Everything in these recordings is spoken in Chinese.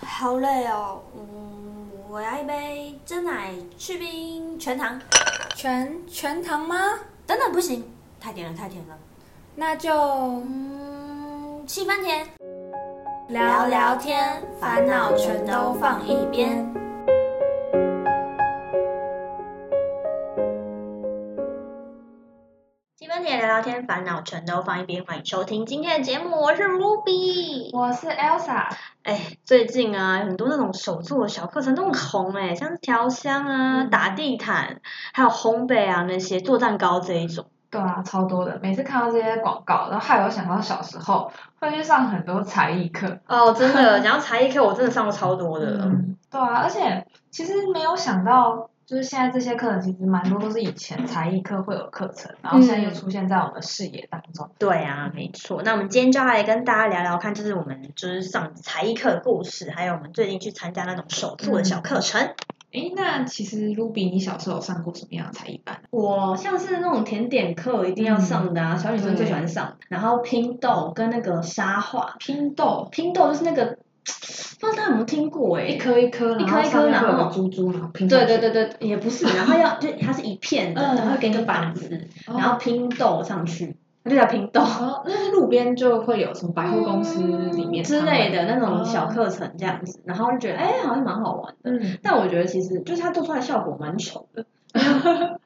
好累哦，嗯，我要一杯真奶去冰全糖。全全糖吗？等等，不行，太甜了，太甜了。那就嗯，七分甜。聊聊天，烦恼全都放一边。七分甜聊聊天，烦恼全都放一边。欢迎收听今天的节目，我是 Ruby。我是 Elsa，哎，最近啊，很多那种手作小课程都很红哎，像是调香啊、嗯打地毯，还有烘焙啊那些做蛋糕这一种。对啊，超多的。每次看到这些广告，然后害我想到小时候会去上很多才艺课。哦，真 的，讲到才艺课，我真的上过超多的。嗯，对啊，而且其实没有想到，就是现在这些课程其实蛮多都是以前才艺课会有课程，然后现在又出现在我们的视野当中。对啊，没错。那我们今天就要来跟大家聊聊看，就是我们就是上才艺课的故事，还有我们最近去参加那种手作的小课程。诶，那其实 Ruby，你小时候有上过什么样的才艺班？我哦像是那种甜点课一定要上的啊，小女生最喜欢上。然后拼豆跟那个沙画，拼豆，拼豆就是那个，不知道大家有没有听过哎、一颗一颗，一然颗后一颗上然面哦会有后个珠珠，然后拼上对去。对对对，也不是，然后要就它是一片的，嗯然后给你个板子，哦，然后拼豆上去，它就叫拼豆然后哦那路边就会有什么百货公司里面之类的那种小哦课程这样子，然后就觉得哎、好像蛮好玩的。他们，嗯但我觉得其实就是它做出来的效果蛮丑 的，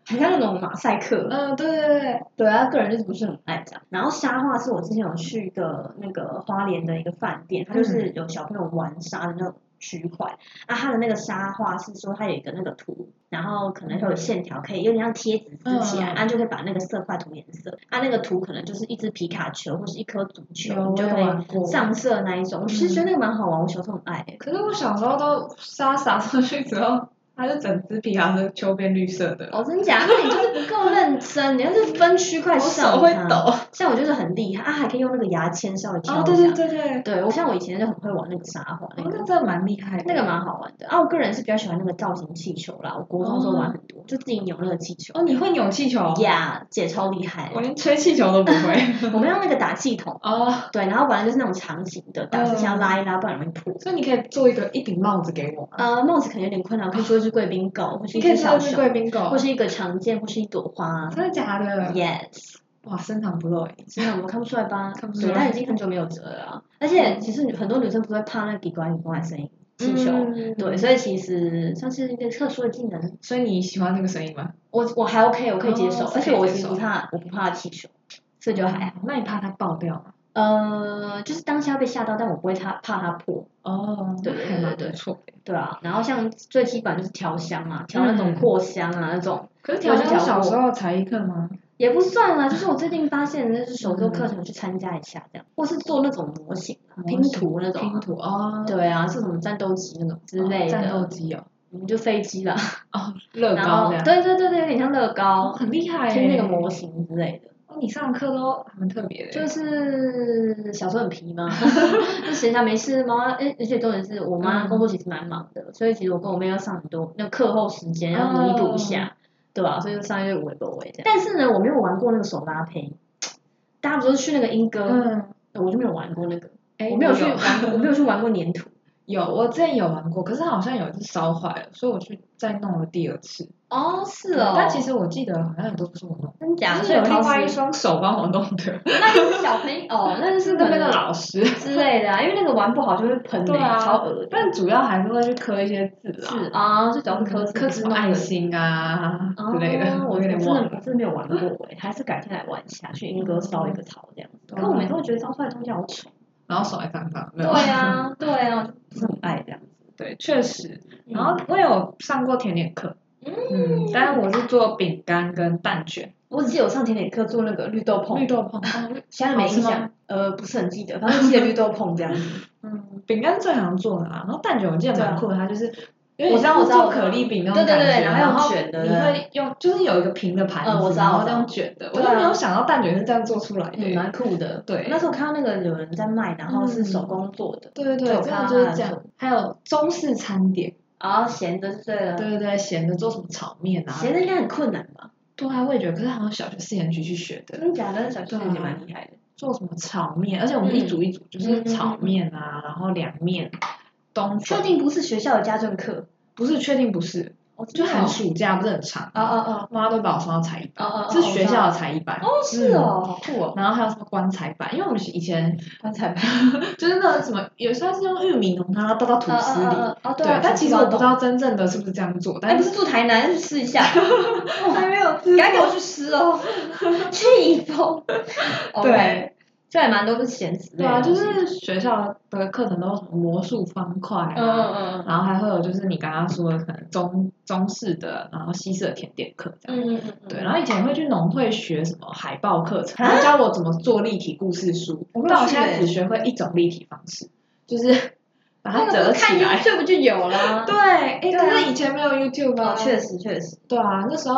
很像那种马赛克。嗯，对对对，对啊，个人就是不是很爱这样。然后沙画是我之前有去一个那个花莲的一个饭店，它就是嗯有小朋友玩沙的那种区块。那、它的那个沙画是说它有一个那个图，然后可能会有线条，可以有点像贴纸撕起来，嗯啊就可以把那个色块涂颜色。啊那个图可能就是一只皮卡丘或是一颗足球，有你就我有可玩以过上色那一种。我其实觉得那个蛮好玩，我小时候很爱、欸。可是我小时候都沙撒上去之后，它就整只皮卡丘秋变绿色的，哦，真假？那你就是不够认真，你要是分区块我上手会它。抖。像我就是很厉害啊，还可以用那个牙签稍微敲一下。哦，对对对对，哦对，我像我以前就很会玩那个沙画，那那个、真的蛮厉害的。那个？蛮好玩的啊。我个人是比较喜欢那个造型气球啦，我国中的时候玩很多，就自己扭那个气球。哦哦，你会扭气球？呀姐超厉害我。连吹气球都不 会。我们用那个打气筒，哦，对，然后玩的就是那种长形的，打气枪嗯拉一拉，不然容易破。所以你可以做一个一顶帽子给我吗？呃，帽子可能有点困难，我可以做一只贵宾狗，或是一啊哦你可只以做小一只熊，贵宾狗嗯或。是一个长剑，或是一朵花。真的假的？ Yes，哇，深藏不露哎。真的我们看不出来吧？看不出对，来嗯但已经很久没有折了啊。而且其实很多女生不会怕那个滴呱滴呱的声音，气球。嗯对，所以其实算是一个特殊的技能。所以你喜欢那个声音吗？我我还 OK，我可以接受，哦而且我可以其实接受不怕，我不怕气球，所以就还好。好。那你怕它爆掉吗？嗯呃，就是当下被吓到，但我不会怕怕它破，哦，对那对还蛮对对不错的。对啊。然后像最基本就是调香嘛，调那种嗯扩香啊、那种，可是我调就教调小过时候的才艺课吗？也不算啦。就是我最近发现，就是手作课嗯程去参加一下这样，或是做那种模型啊、模拼型图那种拼啊。图哦，对啊，是什么战斗机那种之哦类战斗的，机哦，我们就飞机啦，哦，乐然高后这样，对对对对，有点像乐哦，高，很厉害拼那个耶模型之类的。哦，你上的课都还蛮特别的耶，就是小时候很皮 嘛，就闲暇没事嘛，而而且重点是我妈嗯工作其实蛮忙的，所以其实我跟我妹要上很多那课后时间要弥补一下，对吧、所以就上一堆围脖围这样。哦但是呢，我没有玩过那个手拉胚，大家不是去那个英歌，嗯，我就没有玩过那个，哎我没有去有玩，我没有去玩过粘土。有，我之前有玩过，可是好像有一次烧坏了，所以我去再弄了第二次，哦，是但其实我记得好像也都不是我弄，真假，就是有另外一双手帮我弄 的，那就是小朋友， 哦，那就是是那边的老师，之类的、啊，因为那个玩不好就会喷的、对啊超恶的。但主要还是会去刻一些字是啊，啊，就主要是科刻科什么爱心啊之类的，哦、我有真点的忘我了，真的没有玩过哎、还是改天来玩一下，去英哥烧一个草这样子。嗯可我每次都觉得烧出来的东西好丑。然后手还脏脏对的，啊，对啊，不是很爱这样子。对，确实，嗯然后我有上过甜点课，嗯，但是我是做饼干跟蛋卷、我只有上甜点课做那个绿豆绿椪，豆椪。哦现在没印好吃象吗，呃，不是很记得，反正记得绿豆椪这样子。嗯，饼干最常做的啦，然后蛋卷我记得蛮酷的，它就是因啊为我你知道我知道做可丽饼那对种对感对对觉，然后用然后卷的你会用就是有一个平的盘子，嗯我知道然我知后这道样卷的，我对就啊没有想到蛋卷是这样做出来的嗯，耶。蛮酷的。对那时候看到那个有人在卖，然后是手工做的，对对对，对我真看的到就是它这很样。还有中式餐点，然后咸哦的就对啊了。对对对，咸的做什么炒面啊？咸的应该很困难吧？对啊，我也觉得，可是好像小学四年级去学的，真的假的？小学生也蛮厉害的。嗯做什么炒面，而且我们一组一组就是炒面啊，然后凉面，冬确粉，定不是学校的家政课，不是确定不是，我就很很暑假不是很长哦吗，哦妈都把我送到才艺哦哦哦，班，是学校的才艺班，哦，是哦，好酷哦，然后还有什么棺材板，因为我们以前棺材板，就是那种什么，有时候是用玉米浓汤然后倒到吐司里，哦哦，对啊，但其实我不知道，道真正的是不是这样做，哎，但不是住台南，去吃一下，还 没有吃赶 紧给我去吃 哦，气疯，OK，这还蛮多都是咸食类对的啊，东就西，是学校的课程都有什么魔术方块啊，嗯嗯嗯然后还会有就是你刚刚说的可能中中式的，然后西式的甜点课这样。嗯嗯嗯，对，然后以前会去农会学什么海报课程，啊他教我怎么做立体故事书我没，有但我去现在欸只学会一种立体方式，就是把那它个折不是看起来。 YouTube 就有啦，对，哎， 对啊可是以前没有 YouTube 啊哦，，确实确实，对啊，那时候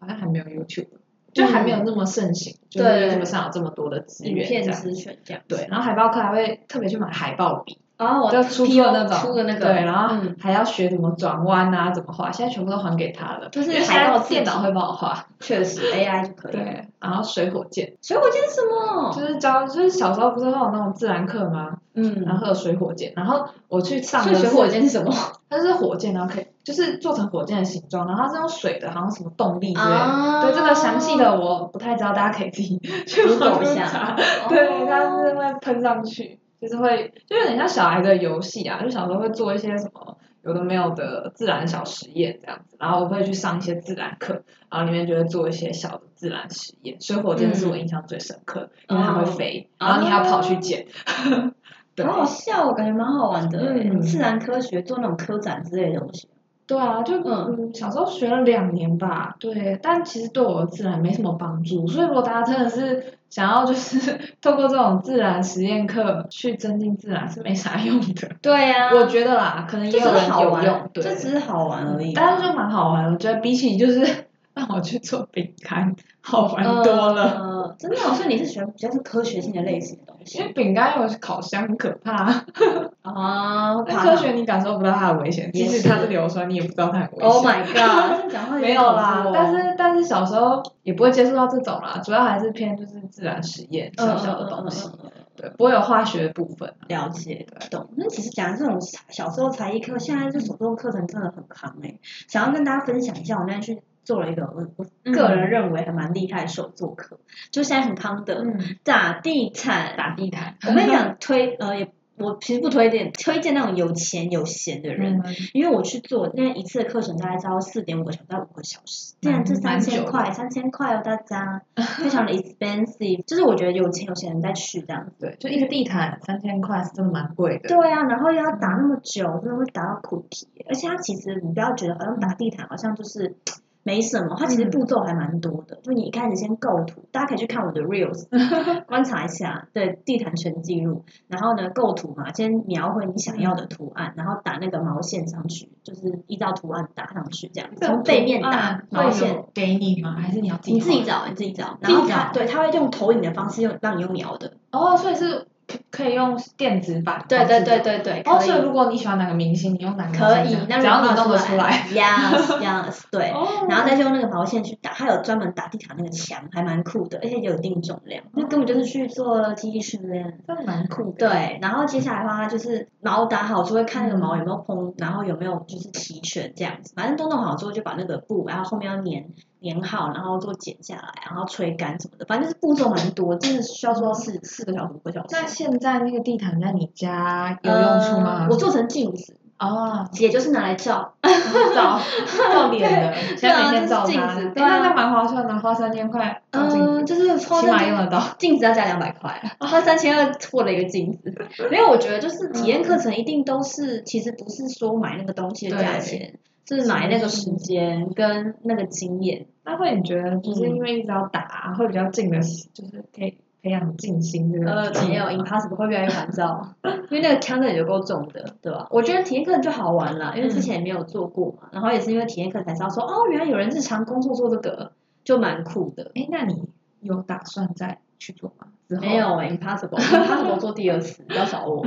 好像还没有 YouTube，就还没有那么盛行，就是嗯对 YouTube 上有这么多的资影源这片样。资讯这样，对，然后海报课还会特别去买海报笔，然后我就出 P 的 O 那种，出的那个，对，然后嗯还要学怎么转弯啊，怎么画，现在全部都还给他了，就是因为现海在报自己电脑会帮我画，确 实 AI 就可以，，对，然后水火箭水果间什么？就是教，就是小时候不是会有那种自然课吗？嗯然后会有水火箭，然后我去上所的以水是火，箭是什么？ 它是火箭，然后可以就是做成火箭的形状，然后它是用水的，好像什么动力之类的。啊对这个详细的我不太知道，大家可以自己 去 Google 网一络下查。哦 对，它是会喷上去，就是会就有点像小孩的游戏啊，就小时候会做一些什么有的没有的自然小实验这样子，然后我会去上一些自然课，然后里面就会做一些小的自然实验，所以火箭是我印象最深刻，因为它会飞，哦然后你还要跑去捡。 对好好笑，我感觉蛮好玩的欸，嗯自然科学做那种科展之类的东西，对啊，就嗯嗯，小时候学了两年吧，对，但其实对我的自然没什么帮助，所以如果大家真的是想要就是 透过这种自然实验课去增进自然是没啥用的，对呀我觉得啦，可能也这只有是人好有玩用，，对，这只是好玩而已。但是就蛮好玩的，我觉得比起就是让我去做饼干好玩多了，呃，真的哦，所以你是喜欢比较是科学性的类型的东因为西饼干有烤箱很可怕，啊？会但怕科学你感受不到它的危险，即也使是它是硫酸，你也不知道它很危险。 Oh my god！这 讲话没有哦啦，但是但是小时候也不会接触到这种啦，主要还是偏就是自然实验小小的东嗯西，对，不会有化学的部分啊、了解懂。那其实讲这种小时候才艺课，现在这手作课程真的很夯哎、想要跟大家分享一下，我那天去做了一个我我个人认为还蛮厉害的手作课，就现在很夯的嗯，打地毯。打地毯，我跟你讲，推呃也我其实不推荐推荐那种有钱有闲的人，嗯，因为我去做那一次的课程，大概只要四点五个小时到五个小时，竟然这嗯三蛮久千的块，三千块哦，大家非常的 expensive，就是我觉得有钱有闲人在去这样子。 对，就一个地毯三千块是真的蛮贵的，对啊，然后又要打那么久，真的会打到苦皮耶。而且它其实你不要觉得好像打地毯好像就是没什么，它其实嗯步骤还蛮多的。就你一开始先构图，大家可以去看我的 reels，观察一下对地毯全记录。然后呢，构图嘛，先描绘你想要的图案，然后打那个毛线上去，就是依照图案打上去这样，从背面打毛会线。有给你吗？还是嗯你要自己你自己画找，你自己找，自己然后它找对，它会用投影的方式用让你用描的，哦，所以是可可以用电子版，对对对。对对，哦，可以所以如果你喜欢哪个明星，你用哪个可明以星，那只要你弄得出 出来， ，yes yes，对，哦然后再用那个毛线去打，它有专门打地毯那个墙，还蛮酷的，而且也有一定重量，那根本就是去做记忆训练。这样蛮酷的，对，然后接下来的话就是毛打好之后，就会看那个毛有没有蓬，然后有没有就是齐全这样子，反正都弄好之后就把那个布，然后后面要粘粘好，然后做剪下来，然后吹干什么的，反正就是步骤蛮多，真的需要做到四四个小时五个小时。那现在那个地毯在你家有用处吗呃？我做成镜子，哦，也就是拿来照 照照脸的，现在每天照对它啊就是镜子，诶对啊那那蛮划算的，花三千块照嗯，镜就子，是花起码用三得到。镜子要加两百块，花三千二错了一个镜子。没有，我觉得就是体验课程一定都是，其实不是说买那个东西的价钱，是买那个时间跟那个经验。 那会你觉得就是因为一直要打，会比较静的，就是可以培养静心这个呃，体没验有吗。 impossible 会越来越烦躁， 因为那个腔真的有够重的，对吧？我觉得体验课就好玩啦，因为之前也没有做过嘛，然后也是因为体验课才知道说，哦，原来有人日常工作做这个，就蛮酷的。哎，那你有打算再去做吗？之后没，有哎、impossible impossible 做第二次，不要找 我，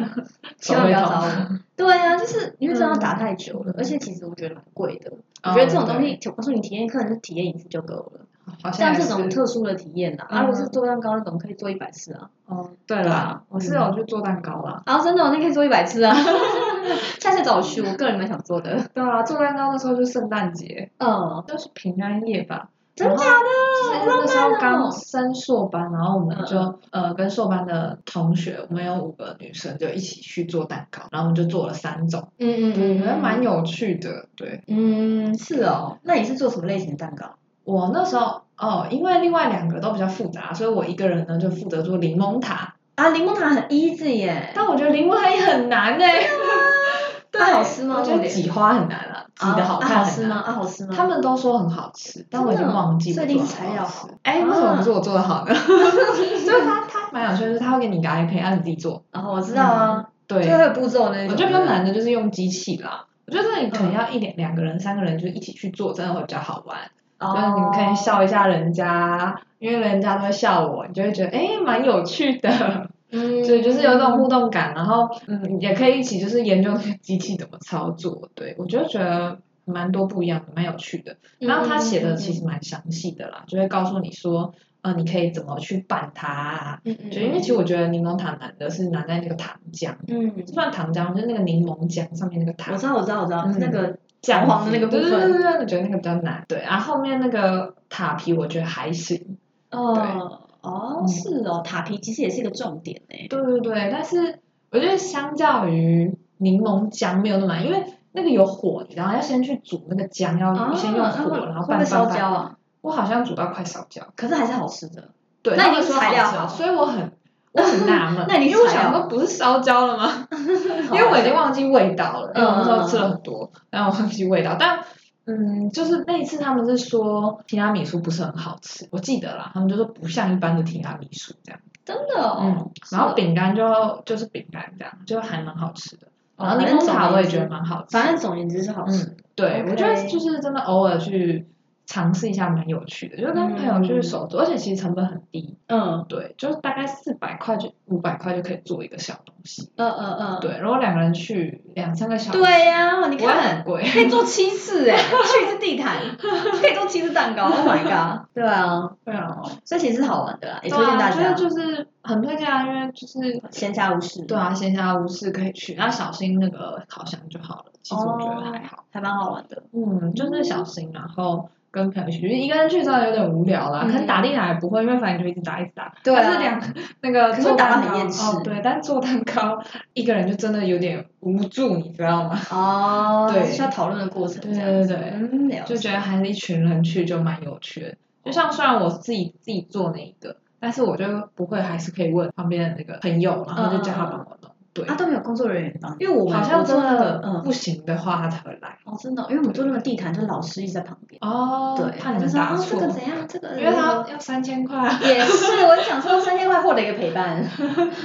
千万不要找手 我。对啊，就是因为真的要嗯打太久了，而且其实我觉得蛮贵的。我觉哦得这种东西，我告诉你，体验课就体验一次就够了。好像像也这是种特殊的体验啦，啊，如果是嗯做蛋糕那种，可以 做一百次啊。哦，对对啦啊，我是有去做蛋糕啦， 啊，真的哦，那可以做一百次啊。下次找我去，我个人蛮想做的。对啊，做蛋糕那时候就圣诞节，嗯，就是平安夜吧。真然假后的？就好是浪那时候漫刚哦！升硕班，然后我们嗯就、呃跟硕班的同学，我们有五个女生就一起去做蛋糕，然后我们就做了三种，嗯我觉得蛮有趣的。对嗯，是哦，那你是做什么类型的蛋糕？我那时候哦，因为另外两个都比较复杂，所以我一个人呢就负责做柠檬塔，啊，柠檬塔很 easy 耶，但我觉得柠檬塔也很难欸呢、 对，啊好吃吗我觉重得点挤花很难啊，挤的啊好啊看好吃很吗？难。啊，好吃吗？他们 都说很好吃，但我已经真的哦忘记我所以一做定的是材料好。哎，为什么啊不是我做的好呢？ 就是他他蛮有趣，就是他会给你一个 iPad，让你自己做。 然后我知道啊，嗯对就，会有步骤那一种。我觉得比较难的。的就是用机器啦。我觉得你可能要一点两个人、三个人就是一起去做，真的会比较好玩。哦就是你可以笑一下人家，因为人家都会笑我，你就会觉得哎蛮有趣的。嗯，对，就是有一种互动感，然后嗯也可以一起就是研究那个机器怎么操作。对我就觉得蛮多不一样的，蛮有趣的。嗯。然后他写的其实蛮详细的啦，就会告诉你说，呃，你可以怎么去拌它、啊。嗯，嗯就因为其实我觉得柠檬塔难的是难在那个糖浆，嗯不，算糖浆，就是那个柠檬浆上面那个我糖知道，我知道，我知道，嗯那个酱黄黄的那个部对对对分，对对，我觉得那个比较难。对，然后后面那个塔皮我觉得还行。哦哦嗯，是哦，塔皮其实也是一个重点欸诶。对对对，但是我觉得相较于柠檬浆没有那么难，因为那个有火，然后要先去煮那个浆，要啊先用火，那然后会不拌会烧拌焦拌。啊？我好像煮到快烧焦。可是还是好吃 的。对，那他一定们是说材料吃好，所以我很我很纳 闷那一定因是为我材料想说不是烧焦了吗？因为我已经忘记味道了，因为我那时候吃嗯了很多，但我忘记味道，但。嗯，就是那一次他们是说提拉米苏不是很好吃，我记得啦，他们就说不像一般的提拉米苏这样，真的哦嗯，，然后饼干就就是饼干这样，就还蛮好吃的，哦然后柠檬塔我也觉得蛮好吃，反正总言之是好吃。嗯，对 OK 我觉得就是真的偶尔去尝试一下蛮有趣的，就跟朋友去手做，而且其实成本很低，嗯对，就是大概四百块就五百块就可以做一个小东西。嗯嗯嗯，对，如果两个人去两三个小时，对啊呀，你不会看很。贵。可以做七次哎、去一次地毯， 可以做七次蛋糕，Oh my god！对啊，对啊，所以其实是好玩的啦，也对推荐啊，大就是家就是很推荐啊，因为就是闲暇无事。对啊，闲暇无事可以去，要小心那个烤箱就好了。其实我觉哦得还好，还蛮好玩的。嗯，就是小心，然后跟朋友去，就是一个人去真的有点无聊啦。嗯可能打地打也不会，因为反正就一直打一直打。对啊但是两 那个可是做打蛋得很糕厌世哦，对，但做蛋糕一个人就真的有点无助，你知道 吗？哦对是需要讨论的过程。对这样子对对对嗯，了就解。觉得还是一群人去就蛮有趣的。就像虽然我自己自己做那一个，但是我就不会，还是可以问旁边的那个朋友，然后就叫他帮我弄。对，嗯啊，都没有工作人员帮，因为我们好像我真做那个，的嗯，不行的话，他才会来。哦，真的，因为我们做那个地毯，就是老师一直在旁边，哦对，怕你就们说打哦，这错，个怎样，这个因为他要三千块。 也是，我就想说三千块获得一个陪伴。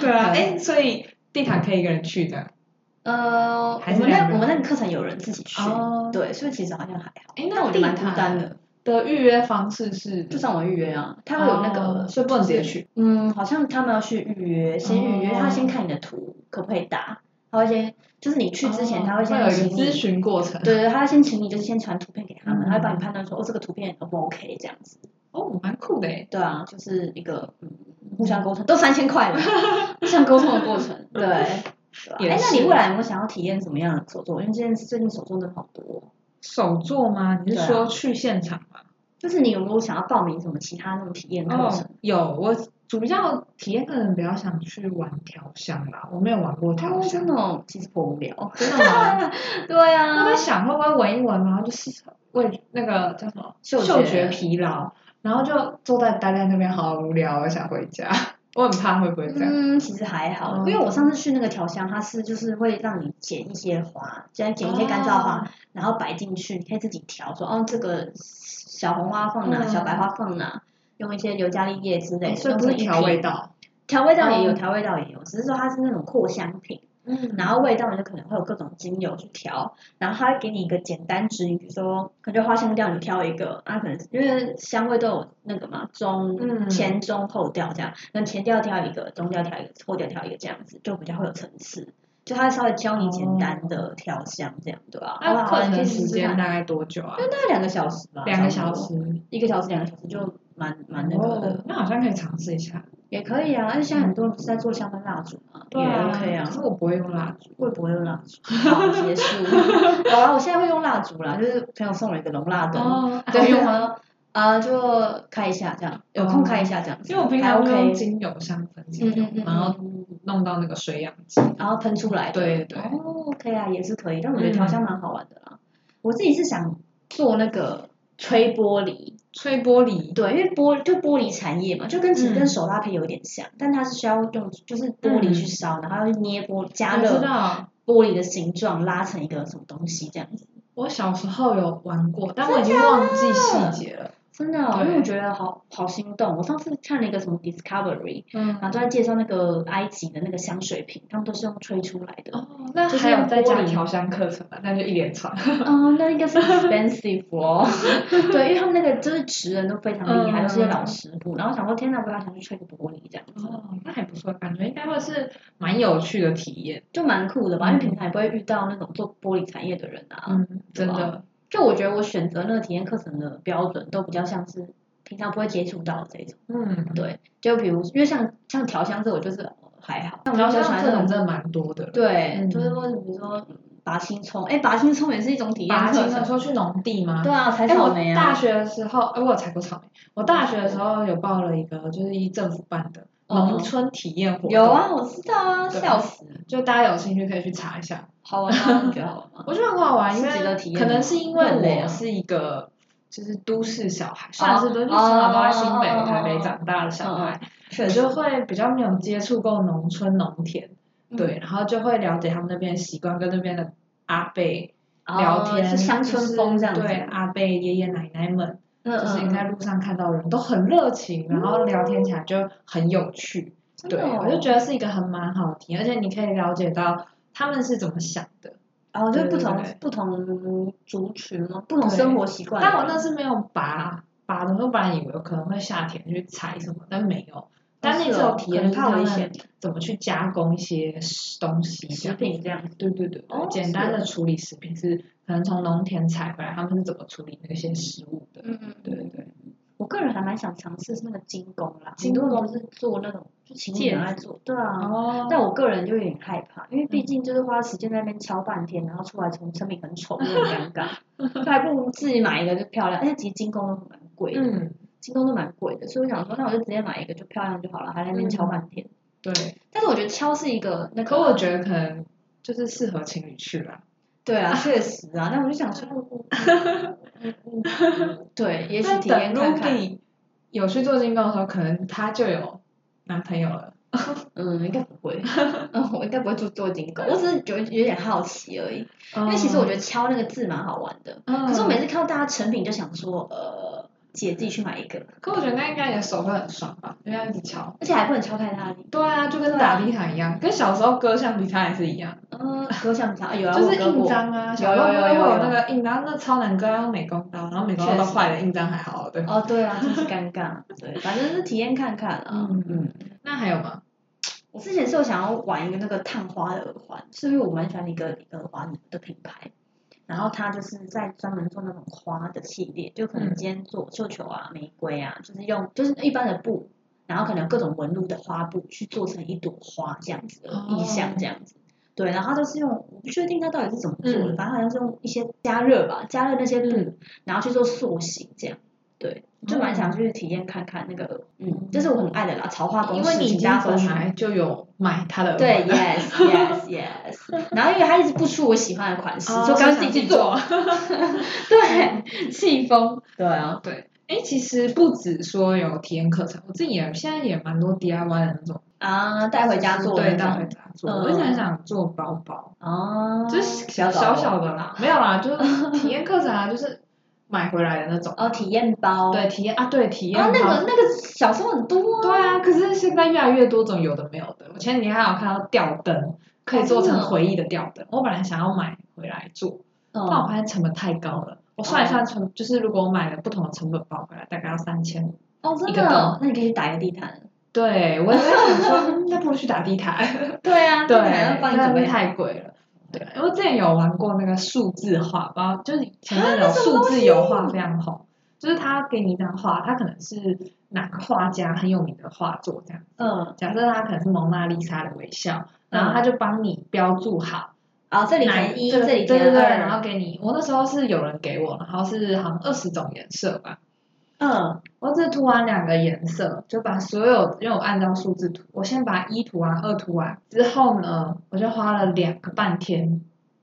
对啊，对哎，所以地毯可以一个人去的。 呃，我还是们那两个我们那个课程有人自己去，哦对，所以其实好像还好。哎，但那我觉得蛮孤单的。的，的预约方式是就上网预约啊，他会有那个哦，所以不能直接去。嗯，好像他们要去预约，先预约，哦他先看你的图可不可以打，他会先，就是你去之前他会哦有先一个请咨你，询过程。对对，他会先请你就是先传图片给他们，嗯他会帮你判断说哦这个图片 O 不 OK 这样子，哦，蛮酷的哎。对啊，就是一个嗯嗯互相沟通，都三千 块了，互相沟通的过程， 对。对啊也哎，那你是未来有没有想要体验什么样的手作？因为最近最近手作真的好多哦，手做吗？你是对啊说去现场吗？就是你有没有想要报名什么其他那种体验课程？哦，有我主要体验可能比较想去玩调香啦，我没有玩过调哦，真香，的哦，其实颇无聊。真的吗？对 我啊在，想会不会闻一闻，然后就是味那个叫什么嗅嗅觉觉疲劳，然后就坐在待在那边好无聊，我想回家， 我很怕会不会这样。嗯，其实还好，嗯因为我上次去那个调香，它是就是会让你剪一些花，剪剪一些干燥哦花，然后摆进去，你可以自己调，说哦这个小红花放哪，嗯小白花放哪，用一些尤加利叶之类哎，的，所以用不是成一调瓶味，道，调味道也有，哦调味道也有，只是说它是那种扩香品，嗯然后味道你就可能会有各种精油去调，然后它会给你一个简单指引，比如说可能就花香调你挑一个，啊可能因为香味都有那个嘛中、嗯前中后调这样，那前调挑一个，中调挑一个，后调挑一个这样子，就比较会有层次。就它稍微教你简单的调香这样，对吧、啊？那好课啊，你可以程试时试间看，大概多久啊就？大概两个小时吧，两个差不小多，时，哦一个小时两个小时就蛮蛮那个的，那好像可以尝试一下。也可以啊。而且现在很多人不是在做香氛蜡烛嘛，也 OK 啊可。是我不会用蜡烛。我也不会用 蜡烛，好结 束。哦有啊，我现在会用蜡烛啦，就是朋友送了一个龙蜡灯，哦对，用好像啊就开一下这样，有空开一下这样子，哦因为我平还常会 OK，用精油香氛精嗯油嗯嗯，嗯然后弄到那个水氧机。然后喷出来的，对嗯对哦，OK 啊，也是可以，但我觉得调香蛮好玩的啦。我自己是想做那个吹玻璃，吹玻璃，对，因为玻就玻璃产业嘛，就跟其实嗯跟手拉胚有点像，但它是需要用就是玻璃去烧，然后要捏玻加我知热道。玻璃的形状，拉成一个什么东西这样子。我小时候有玩过，但我已经忘记细节了。真的、哦，对因为我觉得好好心动。我上次看了一个什么 Discovery，嗯然后就在介绍那个埃及的那个香水瓶，他们都是用吹出来 的。哦，那就是还有在家玻璃调香课程嘛？那就一连串。 嗯，那应该是 expensive 哦。对，因为他们那个就是职人都非常厉害，嗯都是些老师傅。然后想说，天哪，我要想去吹个玻璃这样子，哦，那还不错，感觉应该会是蛮有趣的体验。就蛮酷的吧？因嗯为平常也不会遇到那种做玻璃产业的人啊。嗯，真对的。就我觉得我选择那个体验课程的标准都比较像是平常不会接触到的这种。嗯，对，就比如因为像像调香这，我就是哦还好，像我调就喜香欢课那程种真的蛮多的。对，嗯就是说，比如说嗯拔青葱，哎，拔青葱也是一种体验拔课青的程。时候去农地吗？对啊，采哎，草我莓大啊。学的时候，哎，我有采过草莓。我大学的时候有报了一个，就是一政府办的嗯农村体验活动。有，啊，我知道啊，对笑死，就大家有兴趣可以去查一下。好玩吗？你觉得好 玩吗？我觉得很好玩，因是值得体为验可能的是因很累为啊我是一个就是都市小孩，算是都是从小都在新北、哦嗯台北长大的小孩，确就会比较没有接触过农村农田，对，嗯然后就会了解他们那边的习惯跟那边的阿伯聊天，哦是乡村风这样子就是对，阿伯爷爷奶奶们，嗯就是嗯你在路上看到的人都很热情，然后聊天起来就很有趣。真对，的哦我就觉得是一个很蛮好的体验，而且你可以了解到他们是怎么想的。然嗯哦后就是不对对同对不同族群嘛，不同生活习惯的但我人。那次没有拔拔的，我本来以为有可能会夏天去采什么，但没有。但那次是哦有体验可能就是怕他危们险怎么去加工一些食东西，食品这样子。对对对，对哦简单的处理食品是可能从农田采回来，他们是怎么处理那些食物的。嗯嗯，对对对，我个人还蛮想尝试是那个精工啦，很精多人工不是做那种就勤务人在做，对啊。哦嗯但我个人就有点害怕，因为毕竟就是花时间在那边敲半天，然后出来成成品很丑，就很尴 尬，就还不如自己买一个就漂亮。而且其实精工都蛮贵的，嗯，精工都蛮贵的，所以我想说，那我就直接买一个就漂亮就好了，还在那边敲半天。对。但是我觉得敲是一个那个，嗯可我觉得可能就是适合情侣去啦。对啊，确实啊。那我就 想说，嗯嗯嗯嗯对，也许但体等验看看， Ruby 有去做精工的时候，可能她就有男朋友了。嗯，应该不会，嗯，我应该不会做做精工，我只是觉得有点好奇而已。因为其实我觉得敲那个字蛮好玩的，嗯，可可是我每次看到大家成品就想说，呃，姐自己去买一个，可我觉得那应该你的手会很爽吧，因为要一直敲。而且还不能敲开它的力。对啊，就跟打地毯一样，跟小时候割橡皮擦也是一样，嗯，割橡皮擦有啊，就是我割印过。章啊，有小时候有有割会有有有那个印章，那超难割，要用美工刀，然后美工刀都坏了，印章还好好的。哦，对啊，真是尴尬。对，反正是体验看看啊。嗯嗯，那还有吗？我之前是有想要玩一个那个烫花的耳环，是因为我蛮喜欢一个耳环的品牌，然后它就是在专门做那种花的系列，就可能嗯今天做绣球啊、玫瑰啊，就是用就是一般的布，然后可能各种纹路的花布去做成一朵花这样子的哦意象这样子。对，然后它都是用，我不确定它到底是怎么做的，嗯反正好像是用一些加热吧，加热那些布，嗯哦然后去做塑形这样。对，就蛮想去体验看看那个，嗯，这是我很爱的啦，潮化公因式，为你已请经大家搜本寻来就有买它的耳环，对，yes yes yes。然后因为他一直不出我喜欢的款式， 哦所以我干脆自己去做。 对，气疯。对啊，对，哎，其实不止说有体验课程，我自己也现在也蛮多 DIY 的那种，啊，带回家做对，那带回种。家做。嗯我一直很想做包包，哦，就是小宝宝小小的啦，没有啦，就是体验课程啊，就是买回来的那种。哦，体验包。对，体验啊，对，体验啊，那包个那个小时候很多啊。对啊，可是现在越来越多种有的没有的。我前几天还有看到吊灯，可哦以做成回忆的吊灯。我本来想要买回来做，但我哦发现成本太高了。我算一算成，就是如果我买了不同的成本包回来，大概要三千 五。哦，真一的个哦洞，那你可以去打一个地毯。对，我也在想说，嗯那不如去打地毯。对啊，对，地毯要帮你准备那太贵了。对，因啊为之前有玩过那个数字画，包，就是前阵子有数字油画非常红，就是他给你一张画，他可能是哪个画家很有名的画作这样。嗯，假设他可能是蒙娜丽莎的微笑，然后他就帮你标注好哦好，这里哪填一，对这里对填对对，二，然后给你。我那时候是有人给我，然后是好像二十种颜色吧，嗯，我只涂完两个颜色，就把所有因为我按照数字涂，我先把一涂完，二涂完之后呢，我就花了两个半天，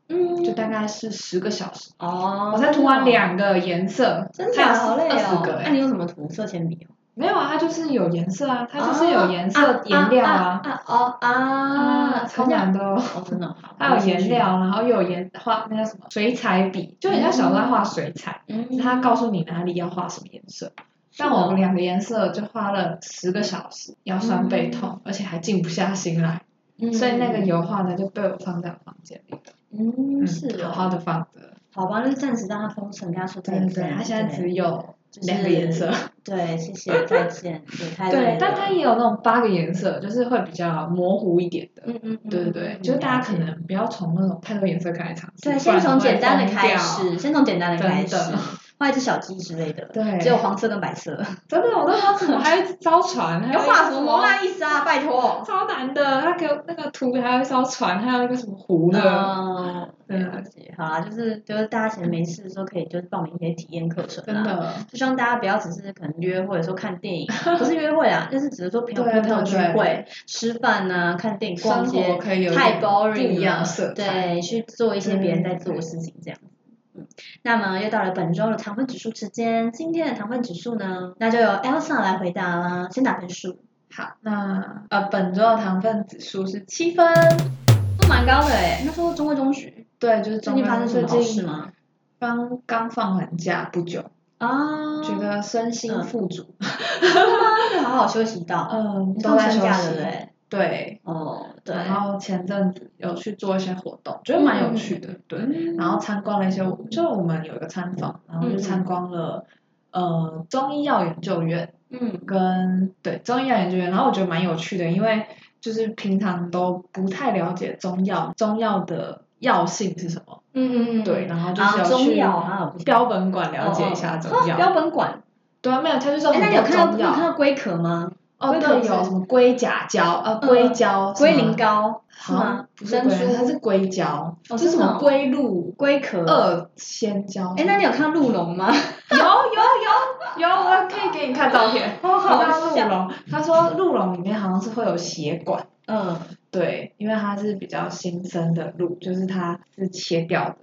嗯，就大概是十个小时，哦，我才涂完，两个颜色，真还假有好累二十哦。个、那、欸你用什么涂色铅笔哦？没有啊，它就是有颜色啊，它就是有颜哦色、啊颜料啊，啊哦啊，超难的哦。哦，真的好，还有颜料，然后又有颜画那叫什么水彩笔，就很像小时候在画水彩，嗯，就是它告诉你哪里要画什么颜色。但我两个颜色就花了十个小时，腰酸背痛，而且还静不下心来，嗯，所以那个油画呢就被我放在我房间里了，嗯是好哦，好的放着。好吧，那就暂时让它封城，跟他说再对见。对对，它现在只对有就是两个颜色，对，谢谢，再 见，也太累对了，但它也有那种八个颜色，就是会比较模糊一点的。嗯嗯嗯，对对对，就是大家可能不要从那种太多颜色开始尝试，对，不先然从会简单的疯开掉始，先从简单的开始真的，画一只小鸡之类的，对只有黄色跟白色，真的，我都想怎么还会招船，还要有画什么蒙啊娜丽莎？拜托，超难的，他给我那个图还有一艘船，还有那个什么湖呢，嗯，对啊了解，好啦，就是就是大家闲没事的时候可以就是报名一些体验课程真啦。的，就希望大家不要只是可能约会的时候看 电影，不是约会啊，但是只是说朋友对跟朋友对聚对会、吃饭呐、看电影、逛生活街，可以有太 boring 不一一样样的色，彩，对，去做一些别人在做的对事情这样子。嗯，那么又到了本周的糖分指数时间，今天的糖分指数呢，那就由 Elsa 来回答啦，先打分数，好，那呃本周的糖分指数是七分，都蛮高的哎、那时候中规中矩。对，就是最中近间发生什欸么最好事近吗？刚刚放完假不久，啊，觉得身心富足，真的好好休息到，嗯，你都放在春休假对不息，对？对，哦，对，然后前阵子有去做一些活动，觉得蛮有趣的，对。嗯然后参观了一些，就我们有一个参访，然后就参观了、呃中医药研究院嗯跟对中医药研究院，然后我觉得蛮有趣的，因为就是平常都不太了解中药，中药的药性是什么，嗯嗯，对，，然后就啊，是有中去药啊，我不标本馆了解一下中药，标本馆，对啊，没有，它就是有哎，那很你有多看到中你有看药。到龟壳吗？哦，龟壳对，是有什么龟甲胶，呃，嗯龟胶、龟什么苓膏是好像吗？不是珍龟苓，它珠是龟胶，哦是什真的么哦龟鹿龟壳，二仙胶？哎，那你有看鹿茸吗？有有有有，我可以给你看照片。好我看到鹿茸，他说鹿茸里面好像是会有血管，哦嗯，对，因为它是比较新生的鹿，就是它是切掉的，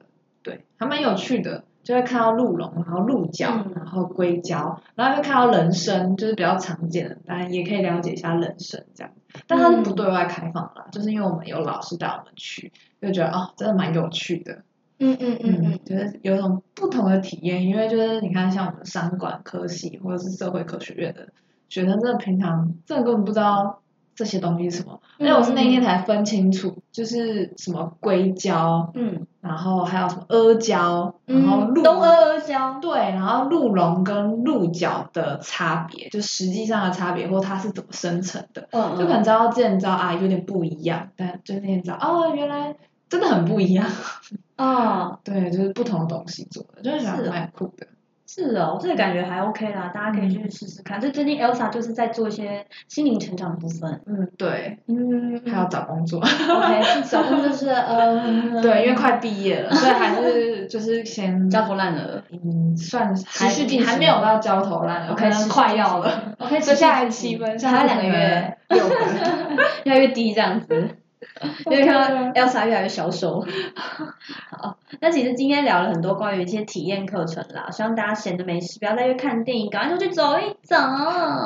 对，还蛮有趣的。就会看到鹿茸，然后鹿角，嗯然后硅胶，然后会看到人参，就是比较常见的，当然也可以了解一下人参这样。但它是不对外开放啦，就是因为我们有老师带我们去，就觉得哦，真的蛮有趣的。嗯嗯嗯嗯，嗯，就是有一种不同的体验，因为就是你看，像我们商管科系或者是社会科学院的学生，真的平常真的根本不知道这些东西是什么。而且我是那天才分清楚，就是什么硅胶，嗯，然后还有什么阿胶，然后鹿、东阿阿胶，对，然后鹿茸跟鹿角的差别，就实际上的差别，或它是怎么生成的。嗯，就可能知道之前知道啊有点不一样，但就那天知道哦原来真的很不一样。哦，对，就是不同的东西做的，就是想是哦蛮酷的。是哦，这个感觉还 OK 啦，大家可以嗯去试试看。就最近 Elsa 就是在做一些心灵成长的部分，嗯，对，嗯还要找工 作。 OK，找工就是呃， 对，因为快毕业了，所以还 是就是先焦头烂额。嗯，算还持续进行还没有到焦头烂额， OK，持可能续快要了。 OK，所以下来持续七进行分，下还有来两个月，六 分，越来越低这样子。因为看到 Elsa 越来越消瘦。 好，那其实今天聊了很多关于一些体验课程啦，希望大家闲着没事，不要再去看电影，赶快出去走一走。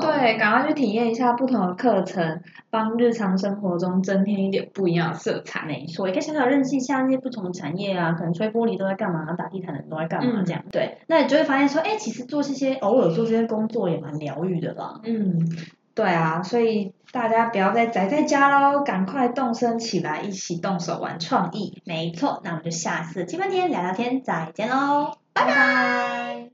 对，赶快去体验一下不同的课程，帮日常生活中增添一点不一样的色彩。没错，也可以小小认识一下那些不同的产业啊，可能吹玻璃都在干嘛，打地毯的人都在干嘛嗯这样。对，那你就会发现说，哎，其实做这些偶尔做这些工作也蛮疗愈的啦。嗯，对啊，所以大家不要再宅在家喽，赶快动身起来，一起动手玩创意。没错，那我们就下次七分天聊聊天再见喽，拜拜